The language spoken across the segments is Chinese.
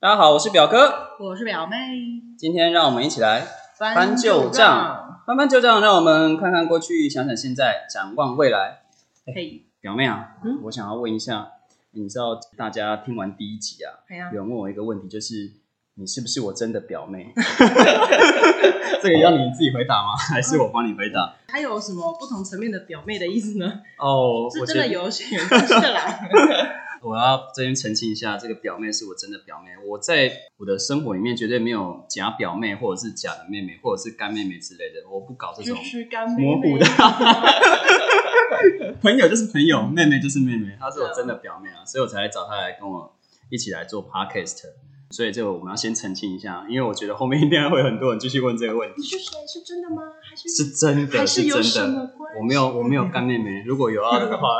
家好，我是表哥，我是表妹，今天让我们一起来翻旧账，翻翻旧账，让我们看看过去，想想现在，展望未来。嘿，表妹啊，嗯我想要问一下，你知道大家听完第一集啊，哎呀有，人问我一个问题，就是你是不是我真的表 妹？这个要你自己回答吗？ 还是我帮你回答？还有什么不同层面的表妹的意思呢？哦，嗯是我觉真的得有血缘关系 的啦。我要这边澄清一下，这个表妹是我真的表妹。我在我的生活里面绝对没有假表妹，或者是假的妹妹，或者是干妹妹之类的。我不搞这种就是干妹妹模 糊的。朋友就是朋友，妹妹就是妹妹，她是我真的表妹啊，所以我才来找她来跟我一起来做 podcast。所以这个我们要先澄清一下，因为我觉得后面一定会有很多人继续问这个问题，你是谁？是真的吗？还是是真的，还是是有真什的么。关系？我没有，我没有干妹妹。如果有要那个 话，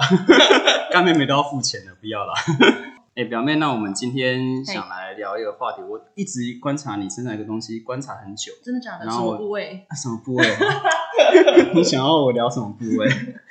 干妹妹都要付钱的，不要啦。哎、表妹，那我们今天想来聊一个话题。我一直观察你身上一个东西，观察很久，真的假的？然什后么部位？什么部 位？你想要我聊什么部位？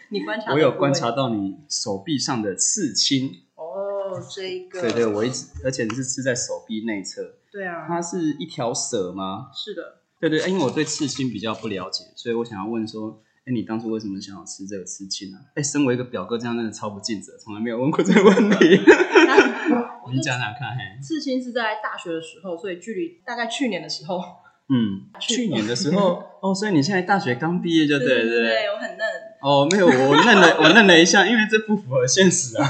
你观察？我有观察。到你手臂上的刺青，哦，这个。对对，我一直，而且你是刺在手臂内侧，对啊，它是一条蛇吗？是 的。对对，因为我对刺青比较不了解，所以我想要问说，哎，你当初为什么想要吃这个刺青呢、啊？哎，身为一个表哥，这样真的超不尽责，从来没有问过这个问题。那我你就讲讲看，嘿，刺青是在大学的时候，所以距离大概去年的时候。嗯，去年的时候，哦，所以你现在大学刚毕业就对了对对不对，我很嫩。哦，没有，我愣了，我愣了一下，因为这不符合现实啊。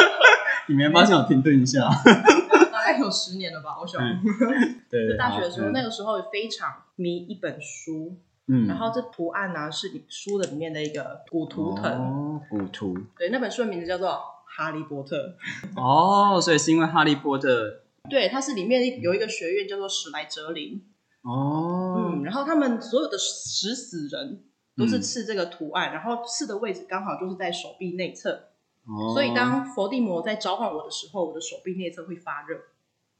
你没发现我停顿一下？ 大概有十年了吧，我想。嗯对，对就大学的时候，好那个时候非常迷一本书，嗯，然后这图案呢、是你书的里面的一个古图腾，哦，古图对，那本书的名字叫做《哈利波特哦，所以是因为哈利波特》，对，它是里面有一个学院叫做史莱哲林，哦嗯，，然后他们所有的食死人都是刺这个图嗯案，然后刺的位置刚好就是在手臂内侧，哦所以当伏地魔在召唤我的时候，我的手臂内侧会发热，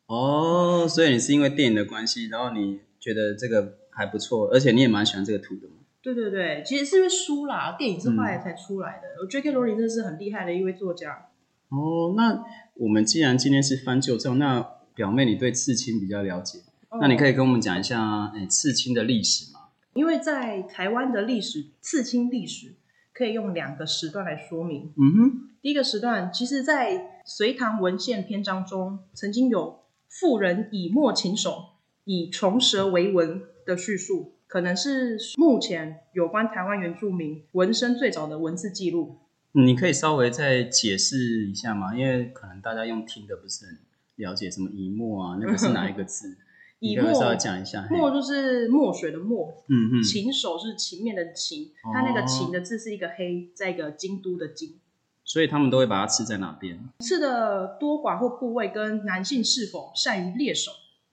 哦，所以你是因为电影的关系，然后你觉得这个还不错，而且你也蛮喜欢这个图的嘛？对对对，其实是因为书啦，电影是后来才出来的，我 J.K. 罗琳真的是很厉害的一位作家，哦，那我们既然今天是翻旧账，那表妹你对刺青比较了解，那你以。可以跟我们讲一下，哎，刺青的历史吗？因为在台湾的历史，刺青历史可以用两个时段来说明。嗯第一个时段，其实，在隋唐文献篇章中，曾经有“妇人以墨琴手，以虫蛇为文”的叙述，可能是目前有关台湾原住民纹身最早的文字记录。哼，你可以稍微再解释一下吗？因为可能大家用听的不是很了解，什么以沫啊，那个是哪一个字？你以可 不可以沫稍微讲一下。嘿墨就是墨水的墨，嗯嗯，琴手是琴面的琴，哦它那个琴的字是一个黑，在一个京都的京。所以他们都会把它吃在哪边？刺的呃多寡或部位跟男性是否善于猎手、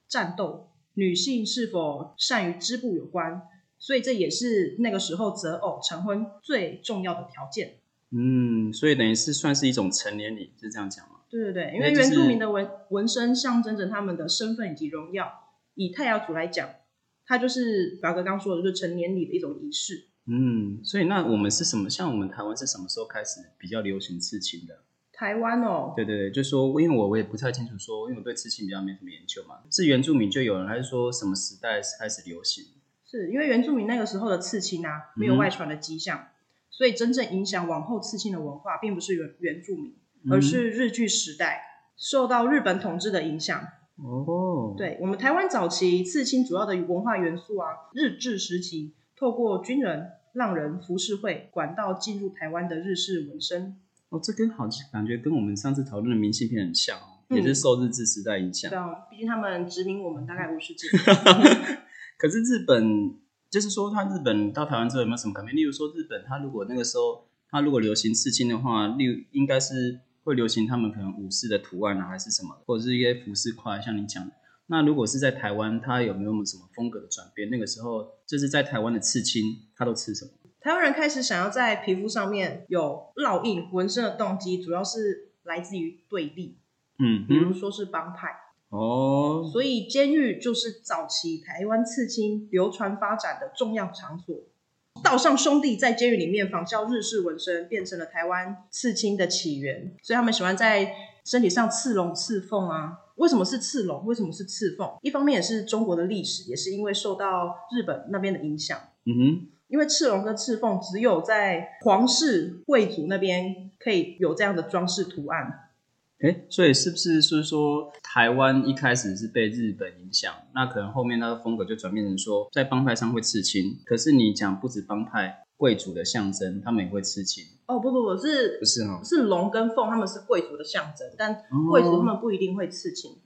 战斗，女性是否善于织布有关，所以这也是那个时候择偶成婚最重要的条件。嗯，所以等于是算是一种成年礼，是这样讲吗？对对对，因那为就是原住民的纹纹身象征着他们的身份以及荣耀。以泰雅族来讲，它就是表哥刚说的，就是成年礼的一种仪式。嗯，所以那我们是什么？像我们台湾是什么时候开始比较流行刺青的？台湾哦，对对对，就说因为我我也不太清楚说，因为我对刺青比较没什么研究嘛，是原住民就有人，还是说什么时代开始流行？是因为原住民那个时候的刺青啊，没有嗯外传的迹象，所以真正影响往后刺青的文化，并不是原原住民，嗯而嗯是日据时代受到日本统治的影响。嗯哦，，对我们台湾早期刺青主要的文化元素啊，日治时期透过军人、浪人、浮世绘管道进入台湾的日式纹身，哦，这跟好像感觉跟我们上次讨论的明信片很像哦，嗯也是受日治时代影响对。啊，毕竟他们殖民我们大概五十几年。 可是日本，就是说，他日本到台湾之后有没有什么改变？例如说，日本他如果那个时候他如果流行刺青的话，例如应该是会流行他们可能武士的图案啊，还是什么，或者是一些服饰块，像你讲的。那如果是在台湾，他有没有什么风格的转变？那个时候就是在台湾的刺青，他都吃什么？ 台湾人开始想要在皮肤上面有烙印纹身的动机，主要是来自于对立，嗯比如哼，说是帮派。哦，所以监狱就是早期台湾刺青流传发展的重要场所。道上兄弟在监狱里面仿效日式纹身，变成了台湾刺青的起源。所以他们喜欢在身体上刺龙、刺凤啊，为什么是赤龙？为什么是赤凤？一方面也是中国的历史，也是因为受到日本那边的影响。嗯哼，因为赤龙跟赤凤只有在皇室贵族那边可以有这样的装饰图案，哎，所以是不是是说台湾一开始是被日本影响，那可能后面它的风格就转变成说，在帮派上会刺青，可是你讲不止帮派，贵族的象征他们也会刺青，哦不不不是不是哈、是龙跟凤，他们是贵族的象征，但贵族他们不一定会刺青。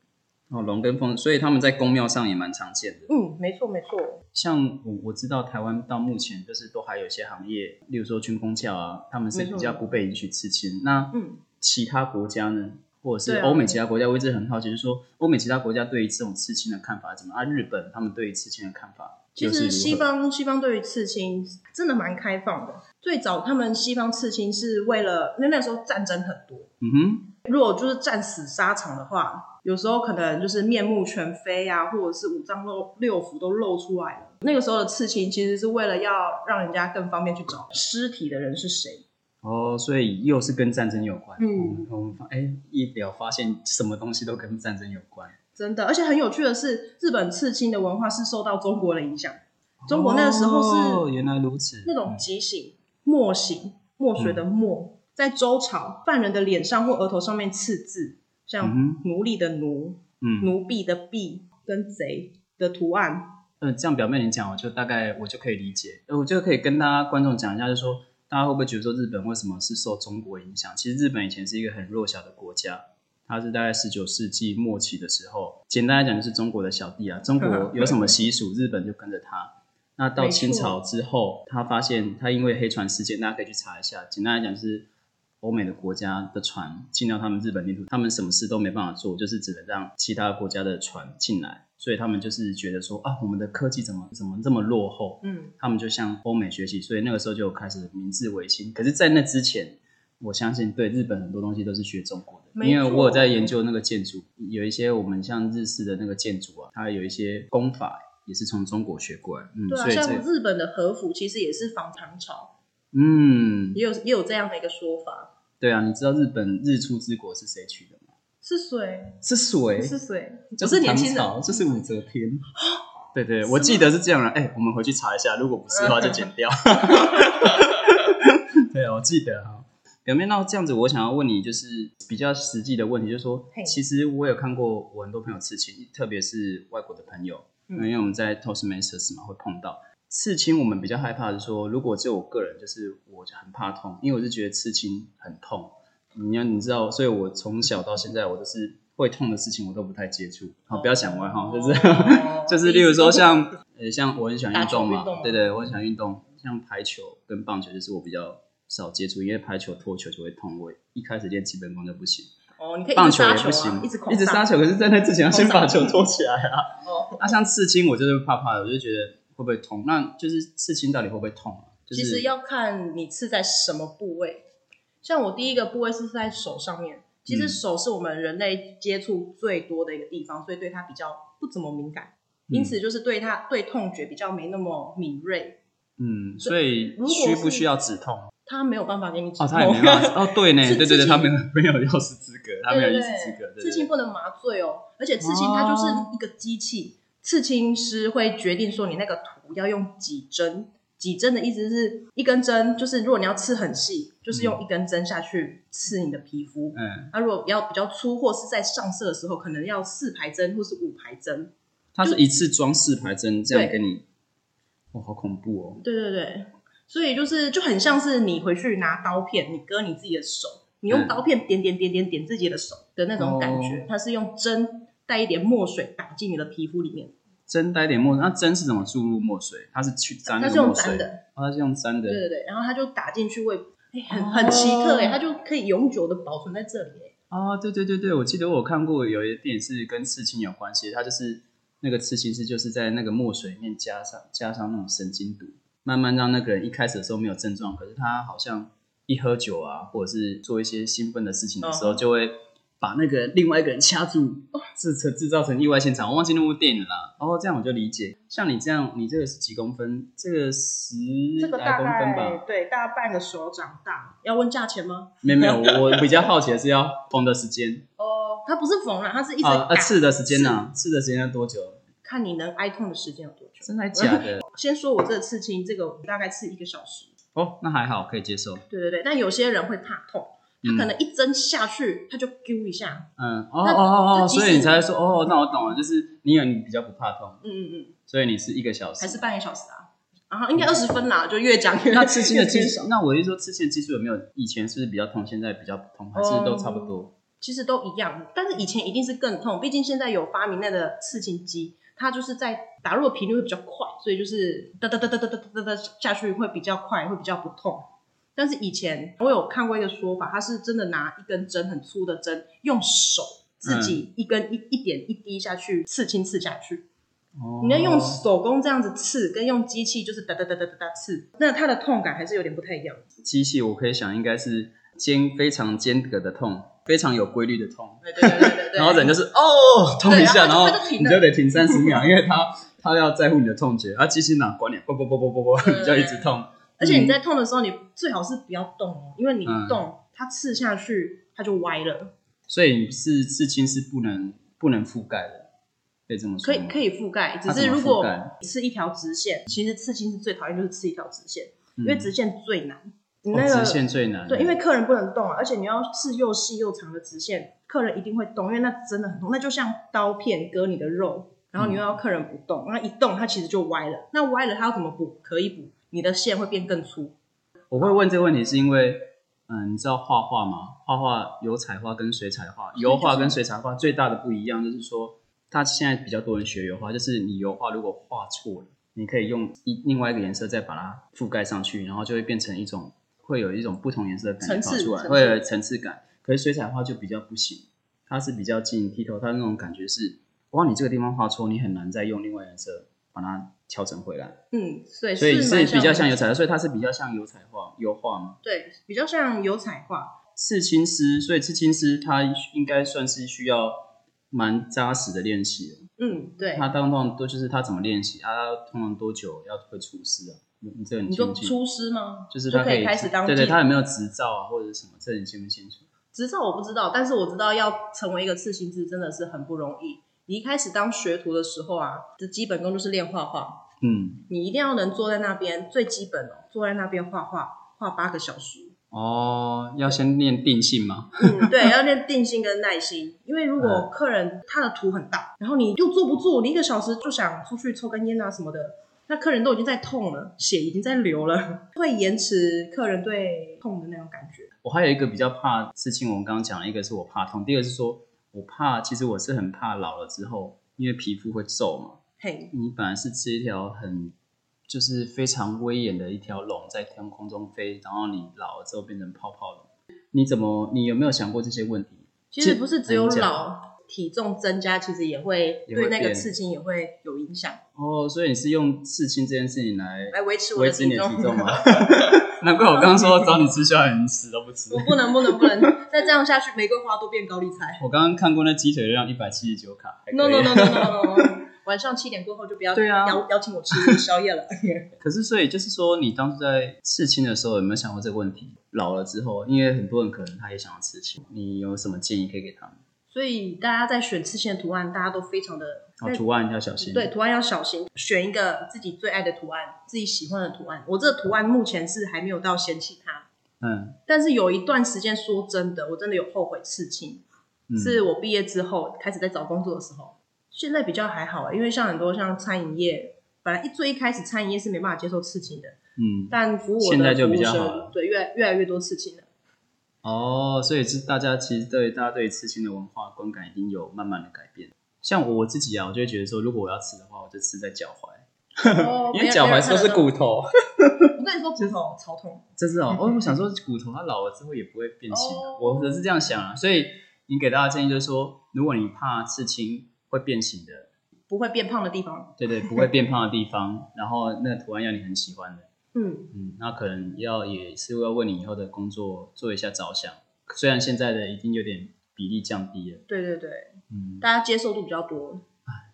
哦，龙跟凤，所以他们在宫庙上也蛮常见的。嗯，没错没错，像我我知道台湾到目前就是都还有一些行业，例如说军工教啊，他们是没错比较不被允许刺青。那嗯，其他国家呢，或者是对啊欧美其他国家，我一直很好奇，就是说欧美其他国家对于这种刺青的看法是怎么样？啊，日本他们对于刺青的看法其又是实如西何？方西方对于刺青真的蛮开放的。最早他们西方刺青是为了，因为那时候战争很多，嗯哼，如果就是战死沙场的话，有时候可能就是面目全非啊，或者是五脏六六腑都露出来了。那个时候的刺青其实是为了要让人家更方便去找尸体的人是谁。哦，所以又是跟战争有关。嗯我们发哎、一聊发现什么东西都跟战争有关。真的，而且很有趣的是，日本刺青的文化是受到中国的影响。中国那个时候是哦、原来如此，那种极刑、墨刑、墨水的嗯墨，在周朝犯人的脸上或额头上面刺字，嗯像哼奴隶的奴、嗯。嗯奴婢的婢跟贼的图案。嗯，这样表面你讲，我就大概我就可以理解，呃我就可以跟大家观众讲一下，就是说大家会不会觉得说日本为什么是受中国影响？其实日本以前是一个很弱小的国家，它是大概十九世纪末期的时候，简单来讲就是中国的小弟啊，中国有什么习俗，日本就跟着他。那到嗯没错清朝之后，他发现他因为黑船事件，大家可以去查一下，简单来讲就是。欧美的国家的船进到他们日本领土，他们什么事都没办法做，就是只能让其他国家的船进来，所以他们就是觉得说啊，我们的科技怎么怎么这么落后，嗯，他们就向欧美学习，所以那个时候就开始明治维新。可是，在那之前，我相信对日本很多东西都是学中国的，没错因为我有在研究那个建筑，有一些我们像日式的那个建筑啊，它有一些功法也是从中国学过来，嗯，对所啊，以这像日本的和服其实也是仿唐朝，嗯，也有也有这样的一个说法。对啊，你知道日本日出之国是谁取的吗？是谁？是水，是谁？就不是是年轻人唐朝，就是武则 天。对对，我记得是这样了。哎、我们回去查一下，如果不是的话就剪 掉。 对，啊我记得哈。表面到这样子，我想要问你，就是比较实际的问题，就是说嘿，其实我有看过我很多朋友刺青，特别是外国的朋友，嗯因为我们在 Toastmasters 嘛会碰到刺青，我们比较害怕的是说，如果只有我个人，就是我就很怕痛，因为我是觉得刺青很痛，你要你知道，所以我从小到现在，我都是会痛的事情我都不太接触。好，不要想歪哈，就是 就是，例如说像呃像我很喜欢运动哦打球运动嘛嘛，对对，我很喜欢运动，像排球跟棒球就是我比较少接触，因为排球脱球就会痛，我一开始练基本功就不行，哦，你可以棒一直球杀也球不啊行，一直一狂直杀球，可是在那之前要先把球脱起来啊。哦。那像刺青，我就是怕怕的，我就觉得会不会痛？那就是刺青到底会不会痛啊？就是其实要看你刺在什么部位。像我第一个部位是在手上面，其实嗯手是我们人类接触最多的一个地方，所以对它比较不怎么敏感，嗯因此就是对它对痛觉比较没那么敏锐。嗯，所以如果需不是需要止 痛？它没有办法给你止哦，痛，。他也没办法 哦，对呢，是对对刺对，青他没有没有药师资格，他没有对医对师对资格。对刺对青对不能麻醉哦，而且刺青它就是一个机器，刺青师会决定说你那个图要用几针。几针的意思是一根针，就是如果你要刺很细，就是用一根针下去刺你的皮肤。嗯，它如果要比较粗或是在上色的时候，可能要四排针或是五排针。他是一次装四排针，这样对给你，哇，好恐怖哦！对对对，所以就是就很像是你回去拿刀片，你割你自己的手，你嗯用刀片点点点点点自己的手的那种感觉。哦它是用针带一点墨水打进你的皮肤里面，针带点墨水，那针是怎么注入墨水？它是去沾它那是个用墨水粘，的。哦它是用粘的对。对对，然后它就打进去会。哎很哦很奇特哎、它就可以永久的保存在这里哎、哦，对对对对，我记得我有看过有一个电影是跟刺青有关系，它就是那个刺青师就是在那个墨水里面加上加上那种神经毒，慢慢让那个人一开始的时候没有症状，可是他好像一喝酒啊，或者是做一些兴奋的事情的时候，嗯哦就会把那个另外一个人掐住，制成制造成意外现场。我忘记那部电影了啦。哦，这样我就理解。像你这样，你这个是几公分？这个十这个来大公分吧概？对大半个手掌大，要问价钱吗？没有没有，我我比较好奇的是要缝的时间。哦，它不是缝啦，它是一直啊啊，打刺的时间呢？刺的时间要多久？看你能挨痛的时间有多久。真的还假的？先说我这个刺青，这个大概刺一个小时。哦，那还好，可以接受。对对对，但有些人会怕痛，他嗯可能一针下去他就揪一下。嗯，哦那哦哦那哦，即使所以你才会说哦，那我懂了，就是你有你比较不怕痛，嗯嗯嗯，所以你是一个小时，还是半个小时啊？然后应该二十分啦，就越讲越那刺青的技越术，那我就说刺青的技术有没有以前是不是比较痛，现在比较不痛，还是都差不多？其实都一样，但是以前一定是更痛，毕竟现在有发明那个刺青机，它就是在打入的频率会比较快，所以就是哒哒哒哒哒哒哒哒下去会比较快，会比较不痛。但是以前我有看过一个说法，他是真的拿一根针很粗的针，用手自嗯己一根一一点一滴下去刺青刺下去，哦你要用手工这样子刺，跟用机器就是哒哒哒哒哒哒刺，那它的痛感还是有点不太一样。机器，我可以想应该是间非常间隔的痛，非常有规律的痛，对对对对对 对。然后人就是哦痛一下，对然然后后它就它就停你了就得停三十秒，因为它它要在乎你的痛觉，啊，机器哪管你，啵啵啵啵啵啵，对你就一直痛。而且你嗯在痛的时候，你最好是不要动哦，因为你一嗯动，它刺下去它就歪了。所以是刺青是不能不能覆盖的，可以这么可说吗。以可以覆盖，只它是怎么如果覆盖刺一条直线，其实刺青是最讨厌就是刺一条直线，嗯，因为直线最难。你哦那个、直线最难。对，因为客人不能动啊，而且你要刺又细又长的直线，客人一定会动，因为那真的很痛，那就像刀片割你的肉，然嗯后你又要客人不动，那一动它其实就歪了，那歪了它要怎么补？可以补，你的线会变更粗。我会问这个问题是因为，嗯，你知道画画吗？画画油彩画跟水彩画，油画跟水彩画最大的不一样就是说，它现在比较多人学油画，就是你油画如果画错了，你可以用一另外一个颜色再把它覆盖上去，然后就会变成一种会有一种不同颜色的感觉层跑次出来，层次会有层次感。可是水彩画就比较不行，它是比较近剔透，它那种感觉是，哇，你这个地方画错，你很难再用另外颜色把它调整回来，嗯，对，所以是是蛮比较像油油彩画，所以它是比较像油彩画油画吗？对，比较像油彩画，刺青师，所以刺青师他应该算是需要蛮扎实的练习的。嗯，对。他通常都就是他怎么练习，啊他通常多久要会出师啊？你你这个你你清说不清楚？出师吗？就是就他可以以开始当对对，记他有没有执照啊，或者什么？这你清不清楚？执照我不知道，但是我知道要成为一个刺青师真的是很不容易。你一开始当学徒的时候啊，的基本功就是练画画，嗯，你一定要能坐在那边，最基本哦，坐在那边画画，画八个小时。哦，要先练定性吗？嗯， 对，要练定性跟耐心，因为嗯如果客人他的图很大，然后你又坐不住，你一个小时就想出去抽根烟啊什么的，那客人都已经在痛了，血已经在流了，会延迟客人对痛的那种感觉。我还有一个比较怕刺青，我们刚刚讲了一个是我怕痛，第二个是说我怕，其实我是很怕老了之后，因为皮肤会皱嘛，嘿，你本来是吃一条很就是非常威严的一条龙在天空中飞，然后你老了之后变成泡泡龙，你怎么你有没有想过这些问题？其实不是只有这样老，体重增加其实也会也会对那个变刺青也会有影响，哦，所以你是用刺青这件事情来来维持我维的持你体的重。体重吗？ 难怪我刚刚说找你吃宵夜，你死都不吃 我。不能不能 不能，再这样下去，玫瑰花都变高丽菜。我刚刚看过那鸡腿热量一百七十九卡，还可以 No no no no no no, no。晚上七点过后就不要对啊邀邀请我吃宵 夜了。可是，所以就是说，你当初在刺青的时候有没有想过这个问题？老了之后，因为很多人可能他也想要刺青，你有什么建议可以给他们？所以大家在选刺青的图案，大家都非常的哦，图案要小心。对，图案要小心，选一个自己最爱的图案，自己喜欢的图案。我这个图案目前是还没有到嫌弃它，嗯，但是有一段时间，说真的，我真的有后悔刺青。嗯是我毕业之后开始在找工作的时候，现在比较还好、啊因为像很多像餐饮业，本来一最一开始餐饮业是没办法接受刺青的，嗯，但服务我现在的就服务比较好生了对越来越来越多 刺青了。哦，所以是大家其实对大家对刺青的文化观感已经有慢慢的改变。像我自己啊，我就会觉得说，如果我要刺的话，我就刺在脚踝，哦因为脚踝都是骨， 头。我跟你说骨头超痛。真是哦，哦，我想说骨头它老了之后也不会变形的，哦我我是这样想啊。所以你给大家建议就是说，如果你怕刺青会变形的，不会变胖的地方，对对，不会变胖的地方，然后那个图案要你很喜欢的，嗯，嗯，那可能要也是要为你以后的工作做一下着想。虽然现在的已经有点比例降低了，对对对，嗯，大家接受度比较多。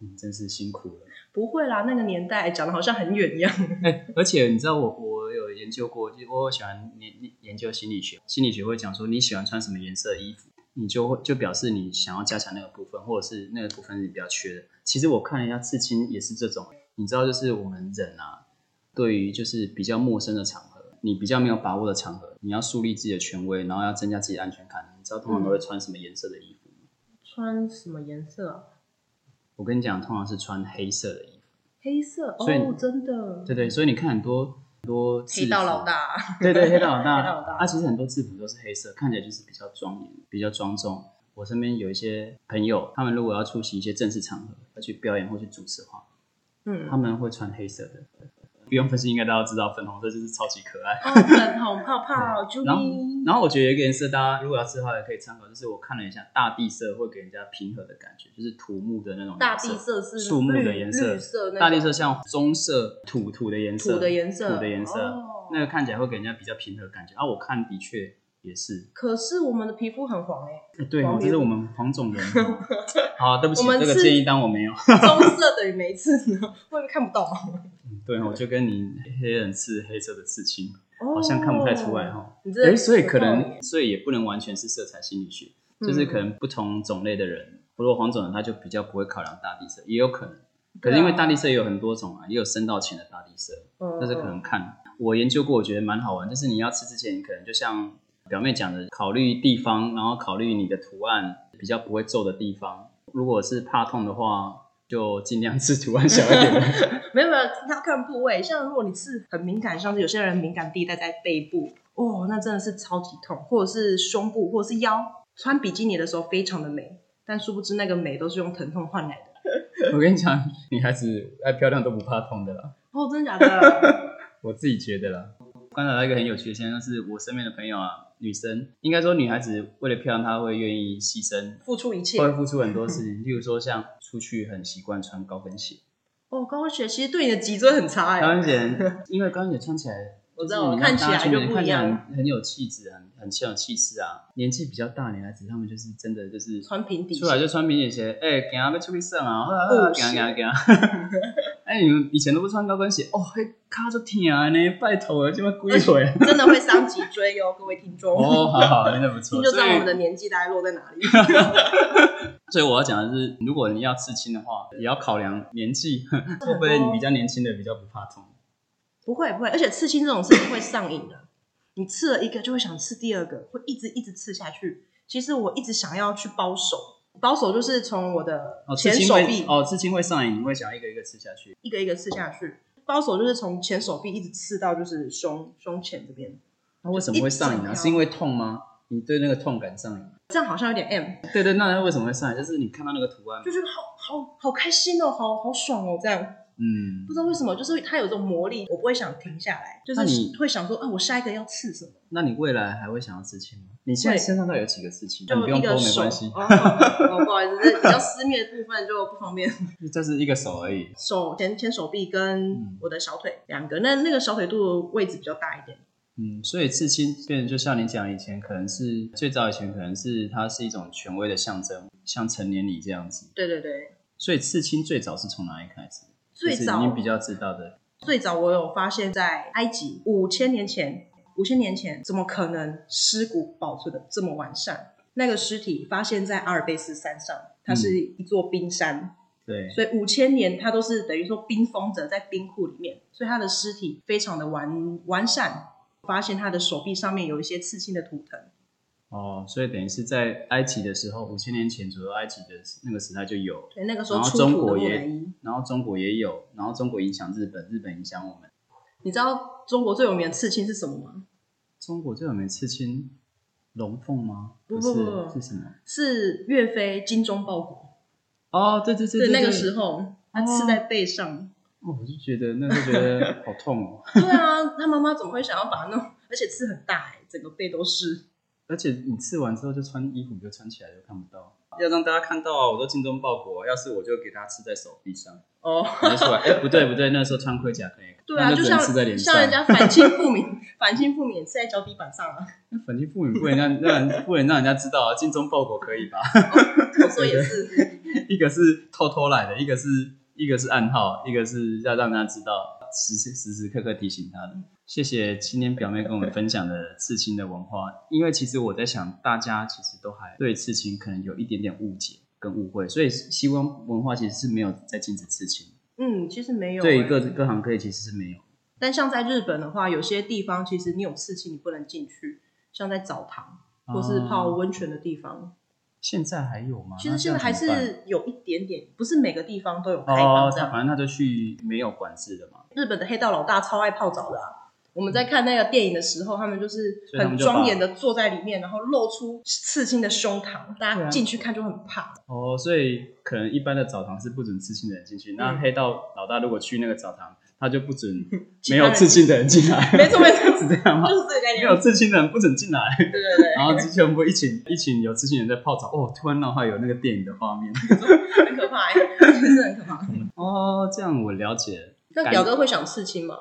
你真是辛苦了。不会啦，那个年代讲的好像很远一样。哎、而且你知道我我有研究过，就我喜欢研研究心理学，心理学会讲说你喜欢穿什么颜色的衣服，你就会就表示你想要加强那个部分，或者是那个部分是你比较缺的。其实我看了一下刺青也是这种，你知道，就是我们人啊，对于就是比较陌生的场合，你比较没有把握的场合，你要树立自己的权威，然后要增加自己的安全感。你知道通嗯常都会穿什么颜色的衣服吗？穿什么颜色啊？我跟你讲，通常是穿黑色的衣服。黑色所以哦，真的，对对，所以你看很多很多制黑道服老大，对对，黑道老黑道老大，大他其实很多制服都是黑色，看起来就是比较庄严、比较庄重。我身边有一些朋友，他们如果要出席一些正式场合，要去表演或去主持的话，嗯他，们会穿黑色的。不用分析，应该大家都知道，粉红色就是超级可爱。哦，粉红泡 泡 j u 然后，然后我觉得有一个颜色，大家如果要吃的话，也可以参考。就是我看了一下，大地色会给人家平和的感觉，就是土木的那种颜色。大地色是树木的颜色绿绿色那种大地色像棕色、土土的颜色，土的颜色土的颜色，哦那个看起来会给人家比较平和的感觉。啊，我看的确也是，可是我们的皮肤很黄 哎、欸对黄哦，皮这是肤我们黄种 人哦。好，对不起，我们这个是建议当我没有。棕色的也没刺呢，会不会看不到？啊对哦，我就跟你黑人刺黑色的刺青，好好像看不太出来哈。哦你这哎，所以可有道理能，所以也不能完全是色彩心理学，就是嗯可能不同种类的人，如果黄种人他就比较不会考量大地色，也有可能。可是因为大地色也有很多种啊，也有深到浅的大地色，嗯但是可能看我研究过，我觉得蛮好玩。就是你要吃之前，你可能就像表妹讲的，考虑地方，然后考虑你的图案比较不会皱的地方。如果是怕痛的话，就尽量吃图案小一点 的。没有没有，要看部位。像如果你刺很敏感，像是有些人敏感地带在背部，哦，那真的是超级痛，或者是胸部，或者是腰。穿比基尼的时候非常的美，但殊不知那个美都是用疼痛换来的。我跟你讲，女孩子爱漂亮都不怕痛的啦，哦，真的 假的？我自己觉得啦。观察到一个很有趣的现象，就是我身边的朋友啊，女生应该说女孩子为了漂亮，她会愿意牺牲，付出一切。会付出很多事情，例如说像出去很习惯穿高跟鞋。哦，高跟鞋其实对你的脊椎很差哎、高跟鞋，因为高跟鞋穿起来， 我知道就是你看看起大来家觉得就不看一起来样很很有气质，很很很有气势啊。年纪比较大的女孩子，她们就是真的就是穿平底鞋出来就穿平底鞋，哎、欸，行要出去上啊，好啦不好啦行是行行。 哎、你们以前都不穿高跟鞋，哦，嘿，卡就疼啊呢，拜托了，这么贵腿。真的会伤脊椎哟、 各位听众。哦，好好，那不错。 听就知道我们的所以年纪大概落在哪里。所以我要讲的是，如果你要刺青的话，也要考量年 纪，会不会你比较年轻的比较不怕痛？ 不会不会，而且刺青这种事情会上瘾的，你刺了一个就会想刺第二个，会一直一直刺下去。其实我一直想要去包手，包手就是从我的哦，刺前青手会臂、哦，刺青会上瘾，你会想要一个一个刺下去。一个一个刺下去，包手就是从前手臂一直刺到就是胸胸前这边，那为什么会上瘾一整呢、条是因为痛吗？你对那个痛感上瘾？这样好像有点 M，对对，那为什么会上瘾？就是你看到那个图案，就觉得好好好开心哦，好好爽哦，这样嗯不，知道为什么，就是它有这种魔力，我不会想停下来，就那你是会想说，啊，我下一个要刺什么？那你未来还会想要刺青吗？你现在会身上到底有几个刺青？就你不用一多个没手，关系，哦，哦不好意思，这比较私密的部分就不方便。 就是一个手而已。手前前手臂跟嗯我的小腿两个，那那个小腿肚的位置比较大一点。嗯，所以刺青变成就像你讲，以前可能是最早以前可能是它是一种权威的象征，像成年礼这样子。对对对，所以刺青最早是从哪里开始？最就是早你比较知道的，最早我有发现，在埃及五千年前，五千年前怎么可能尸骨保存的这么完善？那个尸体发现在阿尔卑斯山上，嗯它是一座冰山，对，所以五千年它都是等于说冰封着在冰库里面，所以它的尸体非常的完完善。发现他的手臂上面有一些刺青的图腾，哦，所以等于是在埃及的时候，五千年前左右，埃及的那个时代就有，对，那个时候然后出中土的国木也乃伊。然后中国也有，然后中国影响日本，日本影响我们。你知道中国最有名的刺青是什么吗？中国最有名的刺青，龙凤吗？不是，不不不是什么？是岳飞精忠报国，哦，对对对对对，那个时候他刺在背上。哦，我就觉得那就觉得好痛哦。 对啊，他妈妈怎么会想要把它弄？而且刺很大、欸，整个背都是。而且你刺完之后就穿衣服就穿起来就看不到，要让大家看到啊！我都精忠报国，要是我就给他刺在手臂上，哦，拿出来。哎，不对不对，那时候穿盔甲可以，对啊，那就只像能刺在脸上像。人家 反清复明，反清复明也刺在脚底板上啊。那反清复明不能让让人不能让人家知道啊，精忠报国可以吧？我说也是，一个是偷偷来的，一个是一个是暗号，一个是要让他知道时时时时刻刻提醒他的。谢谢今天表妹跟我们分享的刺青的文化，因为其实我在想，大家其实都还对刺青可能有一点点误解跟误会，所以西方文化其实是没有在禁止刺青，嗯，其实没有、对欸各各行各业其实是没有。但像在日本的话，有些地方其实你有刺青你不能进去，像在澡堂或是泡哦温泉的地方，现在还有吗？其实那这现在样还怎么办是有一点点，不是每个地方都有开放哦，这他样。反正他就去没有管制的嘛，日本的黑道老大超爱泡澡的、啊。我们在看那个电影的时候，他们就是所以他很们就把庄严的坐在里面，然后露出刺青的胸膛，大对家啊进去看就很怕。哦，所以可能一般的澡堂是不准刺青的人进去，那嗯黑道老大如果去那个澡堂，他就不准 其没有他人刺青的人进来，没错没错 是这样吗就？是这个概没念。有刺青的人不准进来，对对对，然后之前不一群一群有刺青人在泡澡，哦，突然脑海有那个电影的画面。很可怕、欸，真的很可怕。哦，这样我了解了。那表哥会想刺青吗？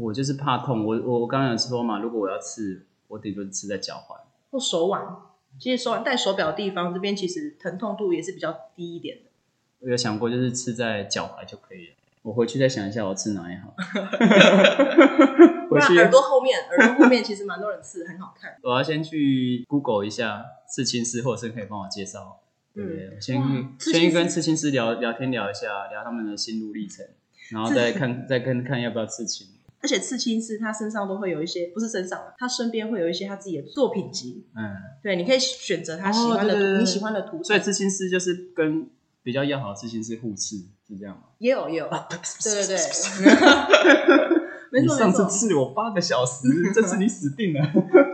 我就是怕痛，我我我刚刚有说嘛，如果我要刺，我顶多刺在脚踝。或手腕？其实手腕戴手表的地方，这边其实疼痛度也是比较低一点的。我有想过，就是刺在脚踝就可以了。我回去再想一下，我刺哪 里好。不回然去耳朵后面，耳朵后面其实蛮多人刺，很好看。我要先去 Google 一下刺青师，或者是可以帮我介绍。对不对？我先嗯哇刺青先师跟刺青师聊聊天，聊一下聊他们的心路历程，然后再看再跟看要不要刺青。而且刺青师他身上都会有一些，不是身上啊，他身边会有一些他自己的作品集，嗯，对，你可以选择他喜欢哦对的、对对对你喜欢的图，所以刺青师就是跟比较要好的刺青师互刺，是这样吗？也有 也有，啊对对对，没你错没上次错，刺我八个小时， 这次你死定了。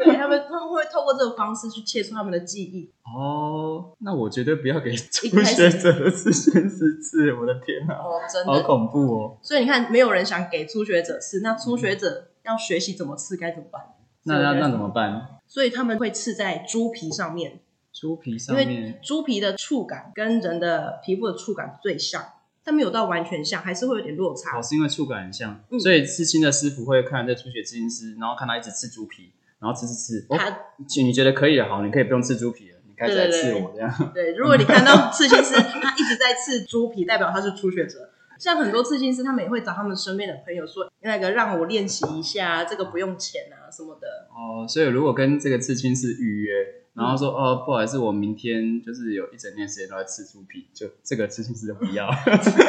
对他们他们会透过这个方式去切出他们的记忆。哦，那我绝对不要给一初开学始者的刺青师刺，我的天哪、哦，真好的，恐怖哦！所以你看，没有人想给初学者刺，那初学者要学习怎么刺该怎么办？那所以那我觉得那怎么办？所以他们会刺在猪皮上面，猪皮上因为面，猪皮的触感跟人的皮肤的触感最像，但没有到完全像，还是会有点落差哦，。是因为触感很像，嗯所以刺青的师傅会看这初学刺青师，然后看他一直刺猪皮，然后刺刺刺，哦，他你觉得可以了，好，你可以不用刺猪皮了，你开始来刺我这样。 对，如果你看到刺青师他一直在刺猪皮，代表他是初学者。像很多刺青师，他们也会找他们身边的朋友说，那个让我练习一下，这个不用钱啊什么 的。哦，所以如果跟这个刺青师预约，然后说、嗯哦，不好意思，我明天就是有一整天时间都在吃猪皮，就这个刺青师就不 要，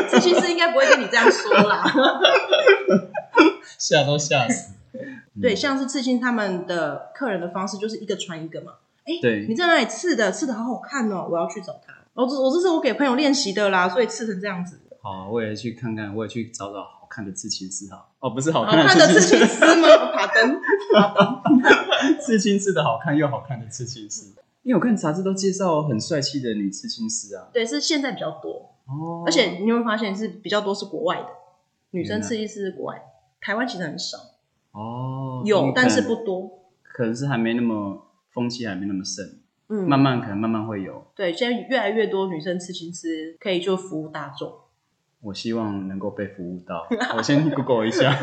刺青师应该不会跟你这样说啦。吓都吓死。对，嗯像是刺青他们的客人的方式就是一个传一个嘛。哎，对你在哪里刺的？刺的好好看哦，我要去找他。我这我这是我给朋友练习的啦，所以刺成这样子。好，我也去看看，我也去找找好看的刺青师好。哦，不是好好看看的刺刺青 青师，师吗？爬登。 刺青师的好看又好看的刺青师。因为我看杂志都介绍很帅气的女刺青师啊，对，是现在比较多，哦，而且你有没有发现是比较多是国外的女生原来刺青师是国外，台湾其实很少，哦有但是可能不多。可能是还没那么风气还没那么盛，嗯，慢慢可能慢慢会有。对，现在越来越多女生刺青师可以就服务大众。我希望能够被服务 到。我先 Google 一下，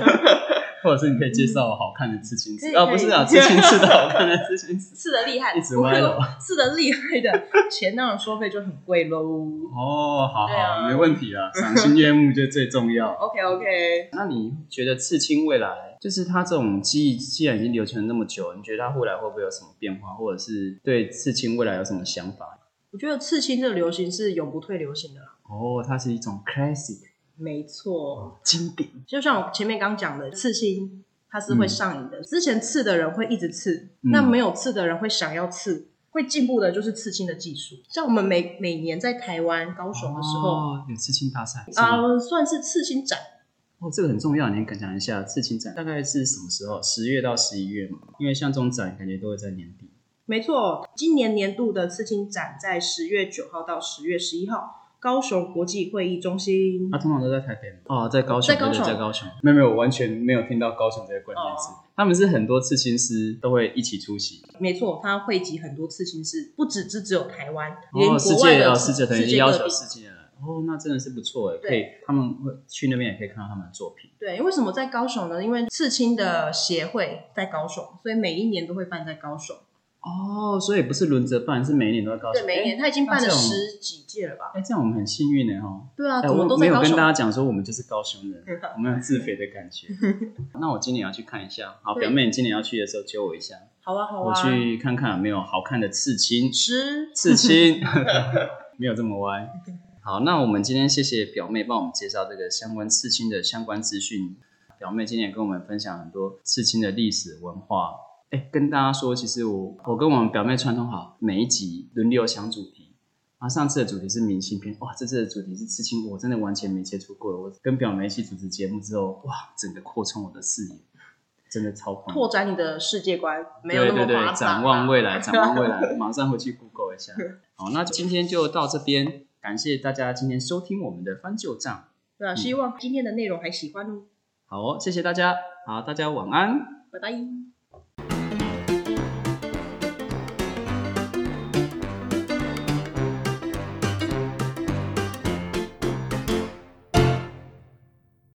或者是你可以介绍好看的刺青嗯可师以啊，可以不是啊，刺青师的好 看的刺青师。刺的厉害，一直歪楼刺的厉害的 钱当然收费就很贵喽。哦，好对啊好，没问题啊，赏心悦目就最重要。 OK OK，那你觉得刺青未来就是它这种技艺，既然已经流传那么久，你觉得它未来会不会有什么变化，或者是对刺青未来有什么想法？我觉得刺青这个流行是永不退流行的啦。哦，它是一种 classic 哦没错，经典，就像我前面刚讲的，刺青它是会上瘾的。之前刺的人会一直刺，嗯那没有刺的人会想要刺。会进步的就是刺青的技术，像我们每每年在台湾高雄的时候，哦有刺青大赛是吗啊，算是刺青展，哦，这个很重要，你讲一下刺青展大概是什么时候？十月到十一月嘛，因为像这种展感觉都会在年底。没错，今年年度的刺青展在十月九号到十月十一号，高雄国际会议中心。它、通常都在台北吗哦，在高雄，在高雄对对在高雄。哦没有没有，我完全没有听到高雄这个关键词。他们是很多刺青师都会一起出席。没错，它汇集很多刺青师，不只是只有台湾，连哦，世国外界的哦，世界等世于界要各求地。世界人。哦，那真的是不错哎，对可以，他们会去那边也可以看到他们的作品。对，为什么在高雄呢？因为刺青的协会在高雄，所以每一年都会办在高雄。哦，所以不是轮着办，是每一年都要高雄。对，每一年哎他已经办了那这种十几届了吧？哎，这样我们很幸运呢，哈。对啊，哎，怎么我都没在有高跟雄大。家讲说我们就是高雄人，我们有自肥的感 觉。那我今年要去看一下，好，对表妹，你今年要去的时候揪我一下，好啊，好我啊。去看看有没有好看的刺青。吃刺青，没有这么歪。好，那我们今天谢谢表妹帮我们介绍这个相关刺青的相关资讯。表妹今天也跟我们分享很多刺青的历史文化。哎，跟大家说，其实我我跟我们表妹串通好，每一集轮流想主题。啊，上次的主题是明信片，哇，这次的主题是刺青，我真的完全没接触过。我跟表妹一起主持节目之后，哇，整个扩充我的视野，真的超棒。 拓展你的世界观，没有对那么对对，夸张。啊展望未来，展望未 来，马上回去 Google 一下。好，那今天就到这边，感谢大家今天收听我们的翻旧账。对啊，希望今天的内容还喜欢哦，好哦，谢谢大家，好，大家晚安。拜拜。